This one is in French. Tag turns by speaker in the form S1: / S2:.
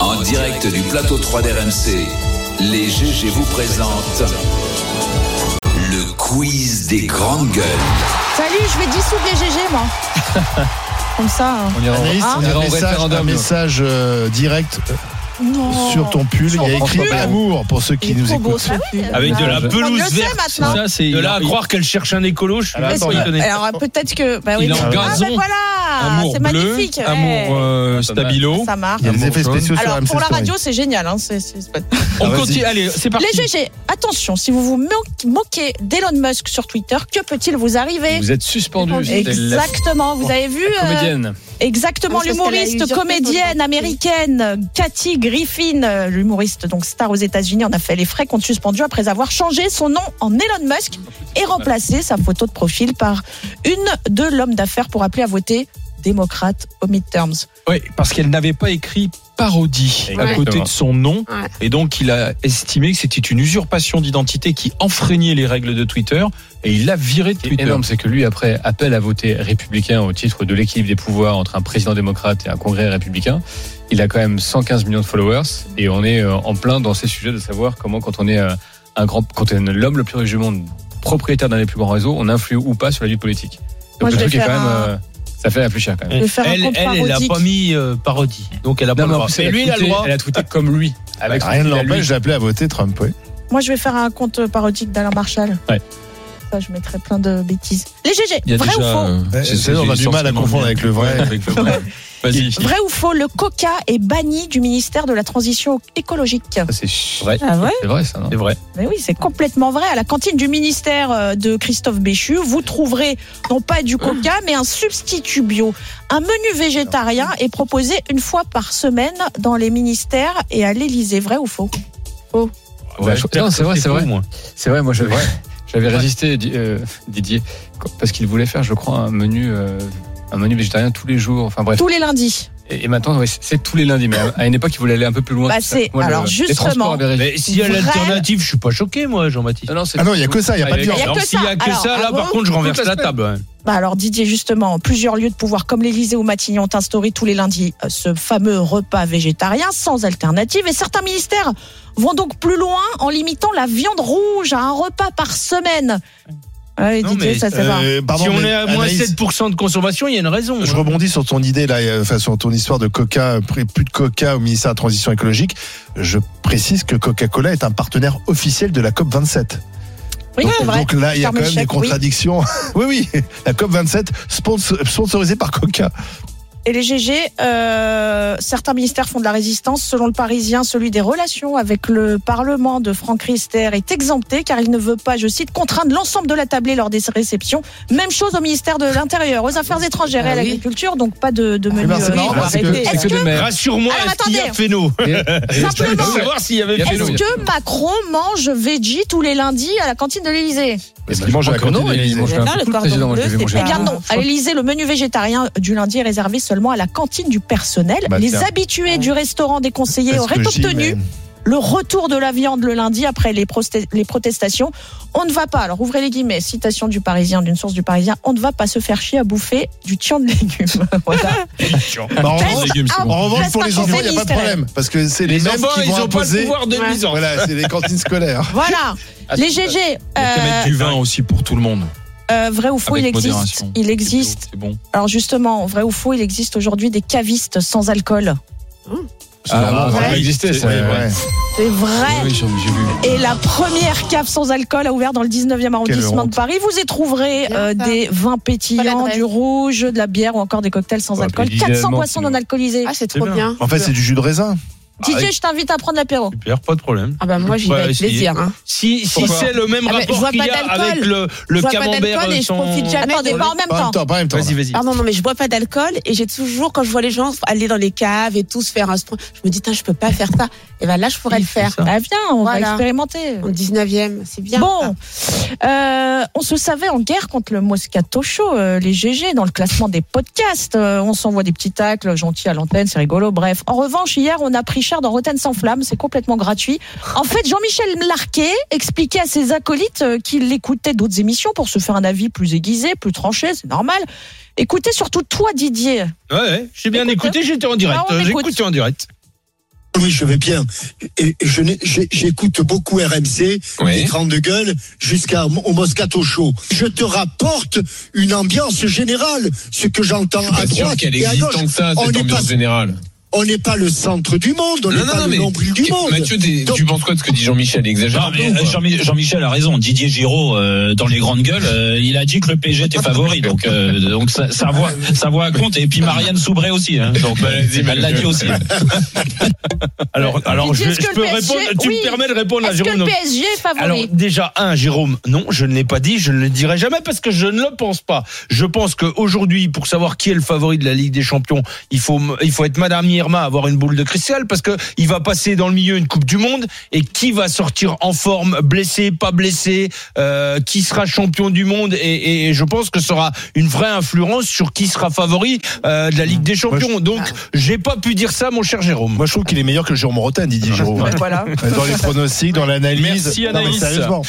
S1: En direct du plateau 3 d'RMC, les GG vous présentent le quiz des grandes gueules.
S2: Salut, je vais dissoudre les GG, moi. Comme ça. hein.
S3: On ira,
S4: Anaïs,
S3: on
S4: il y a
S3: ira
S4: un
S3: au
S4: message, un
S3: référendum. nous.
S4: message, euh, direct
S2: Non.
S4: sur ton pull. Il y a
S2: Oh. Sur mon
S4: écrit
S2: pull
S4: amour pour ceux
S2: Il
S4: qui
S2: est
S4: nous Ah
S2: trop beau,
S4: écoutent.
S2: ce pull.
S5: Avec de la
S2: On le
S5: pelouse
S2: sait,
S5: verte.
S2: maintenant.
S3: Ça, c'est il
S5: De là
S3: a-
S5: à
S3: il-
S5: croire qu'elle cherche un écolo, je suis
S4: Alors,
S5: pas
S4: attends,
S5: étonné.
S2: Alors peut-être que. Bah oui.
S3: Il est en
S2: Ah,
S3: gazon.
S2: ben voilà,
S5: amour
S2: Ah, c'est
S5: bleu,
S2: magnifique.
S5: amour
S2: Ouais.
S5: euh, stabilo.
S2: Ça marche.
S4: Il y a
S5: Amour
S4: des effets
S5: jaune.
S4: spéciaux sur
S2: Alors
S4: MC
S2: pour la
S4: Story.
S2: radio, c'est génial. Hein, c'est- c'est- c'est pas-
S3: On
S4: vas-y.
S3: continue. Allez, c'est parti.
S2: Les GG, attention, si vous vous mo- moquez d'Elon Musk sur Twitter, que peut-il vous arriver
S3: Vous êtes suspendu.
S2: Exactement,
S5: Oh,
S2: vous avez vu euh,
S3: Comédienne.
S2: Exactement,
S6: Oui, parce qu'elle a
S2: l'humoriste,
S6: usurpé
S2: comédienne
S6: votre
S2: américaine Cathy Griffin, euh, l'humoriste donc star aux États-Unis, en a fait les frais compte suspendu après avoir changé son nom en Elon Musk et remplacé sa photo de profil par une de l'homme d'affaires pour appeler à voter démocrate aux midterms.
S3: Oui, parce qu'elle n'avait pas écrit parodie à
S5: Exactement.
S3: côté de son nom.
S6: Ouais.
S3: Et donc, il a estimé que c'était une usurpation d'identité qui enfreignait les règles de Twitter. Et il l'a viré de
S7: Ce qui est
S3: Twitter.
S7: énorme, c'est que lui, après, appelle à voter républicain au titre de l'équilibre des pouvoirs entre un président démocrate et un congrès républicain. Il a quand même 115 millions de followers et on est euh, en plein dans ces sujets de savoir comment, quand on est euh, un grand, quand on est l'homme le plus riche du monde, propriétaire d'un des plus grands réseaux, on influe ou pas sur la lutte politique.
S2: Moi,
S7: Donc
S2: je
S7: le
S2: vais
S7: truc est quand
S2: faire
S7: même,
S2: un-
S7: euh, ça fait la plus chère quand même.
S2: Je vais faire un
S5: Elle,
S2: compte
S5: elle, elle a
S2: parodique.
S5: pas mis euh, parodie. Donc elle a pas
S7: Non,
S5: le
S7: mais en
S5: droit.
S7: plus,
S5: Mais
S7: elle
S5: lui, il a le
S7: tweeté-
S5: droix.
S7: Elle a tweeté comme lui. Avec
S4: Bah, Rien ne
S7: son- la
S4: l'empêche
S7: lutte.
S4: d'appeler à voter Trump. oui.
S2: Moi, je vais faire un compte parodique d'Alain Marshall.
S7: Ouais.
S2: Ça, je mettrai plein de bêtises. Les GG,
S3: Il y a
S2: vrai
S3: déjà,
S2: ou faux
S3: euh,
S4: Ouais,
S3: c'est-
S4: c'est- on a
S3: c'est
S4: du mal à
S3: sorti
S4: confondre
S3: dans
S4: avec le vrai.
S3: Avec le vrai. Vas-y.
S2: Vrai ou faux, le coca est banni du ministère de la transition écologique.
S7: Ça, C'est vrai.
S2: Ah ouais
S7: C'est vrai, ça, non
S5: C'est vrai.
S2: Mais oui, c'est complètement vrai. À la cantine du ministère euh, de Christophe Béchu, vous trouverez non pas du coca, mais un substitut bio. Un menu végétarien est proposé une fois par semaine dans les ministères et à l'Élysée. Vrai ou faux
S7: Ouais, je- non, c'est vrai, c'est vrai.
S5: Moi.
S7: C'est vrai, moi j'avais, j'avais résisté, Di- euh, Didier, parce qu'il voulait faire, je crois, un menu, euh, un menu végétarien tous les jours. Enfin bref.
S2: Tous les lundis.
S7: Et, et maintenant, ouais, c'est- c'est tous les lundis, mais euh, à, à une époque, il voulait aller un peu plus loin.
S2: Bah,
S7: tout ça.
S2: c'est-
S7: le-
S2: alors,
S7: les transports
S2: justement.
S7: avaient régi-
S5: Mais s'il y a
S2: Vrai.
S5: l'alternative, je suis pas choqué, moi, Jean-Baptiste.
S7: Non, non, c'est-
S4: Ah non, il n'y a que ça, il n'y a pas de
S6: Bah,
S2: Il y a
S4: viande.
S2: que
S5: s'il y a
S2: ça.
S5: que ça,
S2: Alors,
S5: là,
S2: ah
S5: par
S2: bon
S5: contre, je renverse
S7: Toute la
S5: la table. hein.
S2: Bah alors Didier, justement, plusieurs lieux de pouvoir comme l'Élysée ou Matignon ont instauré tous les lundis euh, ce fameux repas végétarien sans alternative et certains ministères vont donc plus loin en limitant la viande rouge à un repas par semaine. Ouais,
S5: Non,
S2: Didier,
S5: mais,
S2: ça c'est
S4: Euh,
S2: pas.
S4: pardon,
S5: Si on
S4: mais
S5: est à moins
S4: Anaïs,
S5: 7% de consommation, il y a une raison.
S4: Je
S5: hein.
S4: rebondis sur ton idée là, euh, enfin sur ton histoire de Coca, plus plus de Coca au ministère de la Transition écologique. Je précise que Coca-Cola est un partenaire officiel de la COP 27.
S2: Oui, c'est vrai.
S4: Donc là, il y a quand
S2: Carmen
S4: même des
S2: Chèque, oui.
S4: contradictions. Oui, oui, la COP 27 sponsor- sponsorisée par Coca.
S2: Et les GG, euh, certains ministères font de la résistance. Selon le Parisien, celui des relations avec le Parlement de Franck Riester est exempté car il ne veut pas, je cite, contraindre l'ensemble de la tablée lors des réceptions. Même chose au ministère de l'Intérieur, aux Affaires étrangères et à
S6: Ah oui.
S2: l'agriculture, donc pas de, de menu.
S4: ben, c'est
S2: euh,
S4: marrant,
S2: non,
S4: parce que-
S2: arrêté.
S7: c'est
S2: Est-ce
S7: que
S2: que,
S7: des mères.
S5: Rassure-moi,
S2: Alors,
S5: est-ce qu'il y a
S2: attendez.
S5: phéno
S2: Simplement.
S5: Je veux savoir s'il y avait
S7: Il y a
S2: est-ce
S5: phéno.
S7: Phénomène.
S2: que Macron mange veggie tous les lundis à la cantine de l'Élysée
S4: Parce qu'il mange à la
S7: Encore
S4: cantine
S7: non, il
S4: d'Élysée.
S7: mange un
S6: Non, le
S7: peu. Le
S6: cordon
S7: président, moi, je
S6: bleu,
S7: l'ai vu
S6: c'est
S7: manger
S2: Eh
S6: pas-
S7: un
S2: bien
S6: Ah,
S2: non, à
S6: faut-
S2: l'Élysée, le menu végétarien du lundi est réservé seulement à la cantine du personnel.
S4: Bah,
S2: les
S4: tiens.
S2: habitués du restaurant des conseillers
S4: Parce
S2: auraient
S4: que j'y-
S2: obtenu Bah, le retour de la viande le lundi après les, prosté- les protestations. On ne va pas, alors ouvrez les guillemets, citation du Parisien, d'une source du Parisien, on ne va pas se faire chier à bouffer du tian de légumes. Voilà.
S4: Bah, en,
S2: Test
S4: revanche-
S2: à-
S4: en revanche, pour les
S2: test à
S4: enfants, il n'y a pas de
S2: ministériel.
S4: problème. Parce que c'est les,
S5: Les
S4: mêmes
S5: enfants,
S4: qui
S5: ils
S4: vont
S5: ont pas le
S4: imposer.
S5: pouvoir de mise en
S4: Voilà, c'est les cantines scolaires.
S2: Voilà,
S7: Ah,
S2: les GG,
S3: Il faut
S2: euh,
S3: mettre du vin aussi pour tout le monde.
S2: euh, vrai ou faux,
S3: Avec
S2: il existe,
S3: modération.
S2: il
S3: C'est
S2: existe,
S3: bon, C'est bon.
S2: alors justement, vrai ou faux, il existe aujourd'hui des cavistes sans alcool.
S7: Ah,
S4: Ouais.
S7: ça va exister, ça.
S4: Ouais, ouais.
S2: C'est vrai
S7: Oui, j'ai vu.
S2: Et la première cave sans alcool a ouvert dans le 19e arrondissement
S4: honte.
S2: de Paris. Vous y trouverez
S6: Bien
S2: euh,
S6: ça.
S2: des vins pétillants,
S6: l'adresse.
S2: du rouge, de la bière ou encore des cocktails sans
S7: Ouais,
S2: alcool.
S7: puis
S2: 400
S7: idéalement,
S2: boissons
S7: sinon.
S2: non alcoolisées.
S6: Ah, c'est trop
S5: bien.
S6: bien.
S4: En fait, c'est du jus de raisin.
S2: Didier, je t'invite à prendre l'apéro.
S5: Super, pas de problème.
S6: Ah bah moi j'y
S5: Ouais,
S6: vais avec
S5: essayez.
S6: plaisir. Hein.
S5: Si, si
S4: Pourquoi
S5: c'est le même
S6: Ah, mais je
S5: rapport
S6: vois
S5: qu'il
S6: pas
S5: y a
S6: d'alcool.
S5: avec le,
S6: Je
S5: le
S6: vois pas
S5: camembert euh,
S6: d'alcool et je
S5: sans-
S6: profite jamais.
S2: Attendez,
S6: dans
S2: pas
S6: le-
S2: en même
S4: En même
S2: temps.
S4: temps, pas en même temps.
S5: Vas-y,
S4: là.
S5: vas-y.
S6: Pardon, Ah, non mais je bois pas d'alcool et j'ai toujours quand je vois les gens aller dans les caves et tous faire un sprint, je me dis tiens je peux pas faire ça. Et ben là je pourrais
S5: Oui,
S6: le faire.
S5: c'est ça.
S2: Bah, viens, on va
S6: Voilà.
S2: expérimenter.
S6: Au 19e, c'est bien.
S2: Bon, euh, on se savait en guerre contre le Moscato Show, euh, les GG, dans le classement des podcasts. Euh, on s'envoie des petits tacles gentils à l'antenne, c'est rigolo, bref. En revanche, hier, on a pris cher dans Rotten sans flamme, c'est complètement gratuit. En fait, Jean-Michel Larquet expliquait à ses acolytes euh, qu'il écoutait d'autres émissions pour se faire un avis plus aiguisé, plus tranché, c'est normal. Écoutez surtout toi, Didier.
S5: Ouais, ouais, j'ai bien
S2: Écoute,
S6: hein.
S5: écouté, j'étais en direct.
S6: Bah,
S2: Ah, on
S5: Euh,
S2: écoute.
S5: J'écoutais en direct.
S8: Oui, je vais bien. Et et je n'ai- j'ai- j'écoute beaucoup RMC, les
S1: Oui.
S8: grandes gueules, jusqu'à au Moscato Show. Je te rapporte une ambiance générale, ce que j'entends
S1: Pas
S8: à
S1: sûr
S8: droite
S1: qu'elle
S8: et à
S1: existe
S8: gauche.
S1: tant que ça,
S8: on
S1: cette
S8: est
S1: ambiance
S8: pas-
S1: générale.
S8: On n'est pas le centre du monde, on n'est
S1: Non, non,
S8: pas
S1: non,
S8: le
S1: mais.
S8: nombril du monde.
S1: Mathieu, t'es-
S8: Donc-
S1: tu penses quoi de ce que dit Jean-Michel Exagère
S9: Non,
S1: un peu
S9: mais
S1: ou
S9: euh,
S1: pas
S9: Jean-Mi- Jean-Michel a raison. Didier Giraud, euh, dans les grandes gueules, euh, il a dit que le PSG était favori. Donc, euh, donc ça, ça voit, ça voit compte. Et puis Marianne Soubré aussi. hein. donc, euh,
S1: Vas-y,
S9: elle l'a
S1: Mathieu.
S9: dit aussi.
S5: Alors, alors je,
S2: Est-ce que
S5: je
S2: le
S5: peux
S2: PSG
S5: répondre. Tu
S2: oui.
S5: me permets de répondre à
S2: Est-ce que
S5: Jérôme
S2: le
S5: non.
S2: PSG est favori
S5: Alors déjà un Jérôme, non, je ne l'ai pas dit, je ne le dirai jamais parce que je ne le pense pas. Je pense qu'aujourd'hui, pour savoir qui est le favori de la Ligue des Champions, il faut il faut être Madame Irma, avoir une boule de cristal parce que il va passer dans le milieu une Coupe du Monde et qui va sortir en forme, blessé, pas blessé, euh, qui sera champion du monde et, et- et je pense que ça aura une vraie influence sur qui sera favori euh, de la Ligue des
S4: Moi, je-
S5: Champions. Donc j'ai pas pu dire ça, mon cher Jérôme.
S4: Moi, je trouve qu'il est meilleur que Jérôme Roten, Didier Giraud.
S2: Ouais, voilà.
S4: Dans les pronostics, dans l'analyse.
S3: Merci,
S4: Non, mais
S3: Anaïs.
S4: sérieusement.